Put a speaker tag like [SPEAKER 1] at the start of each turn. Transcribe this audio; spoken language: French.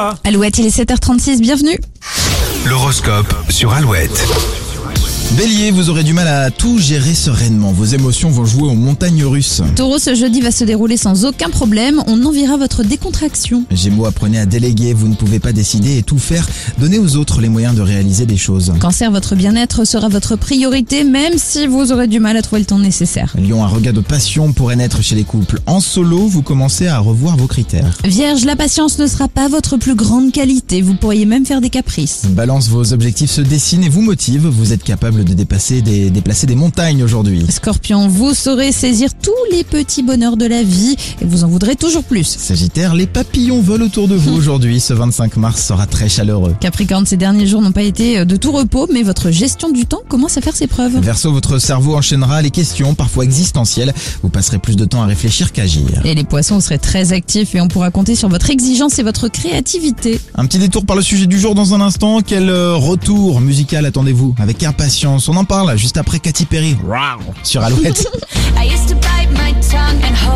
[SPEAKER 1] Sarah.
[SPEAKER 2] Alouette, il est 7h36, bienvenue.
[SPEAKER 3] L'horoscope sur Alouette.
[SPEAKER 4] Bélier, vous aurez du mal à tout gérer sereinement. Vos émotions vont jouer aux montagnes russes.
[SPEAKER 2] Taureau, ce jeudi va se dérouler sans aucun problème. On enviera votre décontraction.
[SPEAKER 4] Gémeaux, apprenez à déléguer. Vous ne pouvez pas décider et tout faire. Donnez aux autres les moyens de réaliser des choses.
[SPEAKER 2] Cancer, votre bien-être sera votre priorité, même si vous aurez du mal à trouver le temps nécessaire.
[SPEAKER 4] Lion, un regard de passion pourrait naître chez les couples. En solo, vous commencez à revoir vos critères.
[SPEAKER 2] Vierge, la patience ne sera pas votre plus grande qualité. Vous pourriez même faire des caprices.
[SPEAKER 4] Balance, vos objectifs se dessinent et vous motivent. Vous êtes capable de dépasser des, déplacer des montagnes aujourd'hui.
[SPEAKER 2] Scorpion, vous saurez saisir tous les petits bonheurs de la vie et vous en voudrez toujours plus.
[SPEAKER 4] Sagittaire, les papillons volent autour de vous aujourd'hui. Ce 25 mars sera très chaleureux.
[SPEAKER 2] Capricorne, ces derniers jours n'ont pas été euh, de tout repos, mais votre gestion du temps commence à faire ses preuves.
[SPEAKER 4] Verseau, votre cerveau enchaînera les questions, parfois existentielles. Vous passerez plus de temps à réfléchir qu'agir.
[SPEAKER 2] Et les poissons, vous serez très actifs et on pourra compter sur votre exigence et votre créativité.
[SPEAKER 4] Un petit détour par le sujet du jour dans un instant. Quel euh, retour musical attendez-vous Avec impatience. On en parle juste après Katy Perry. Wow. Sur Alouette.
[SPEAKER 5] I used to bite my tongue and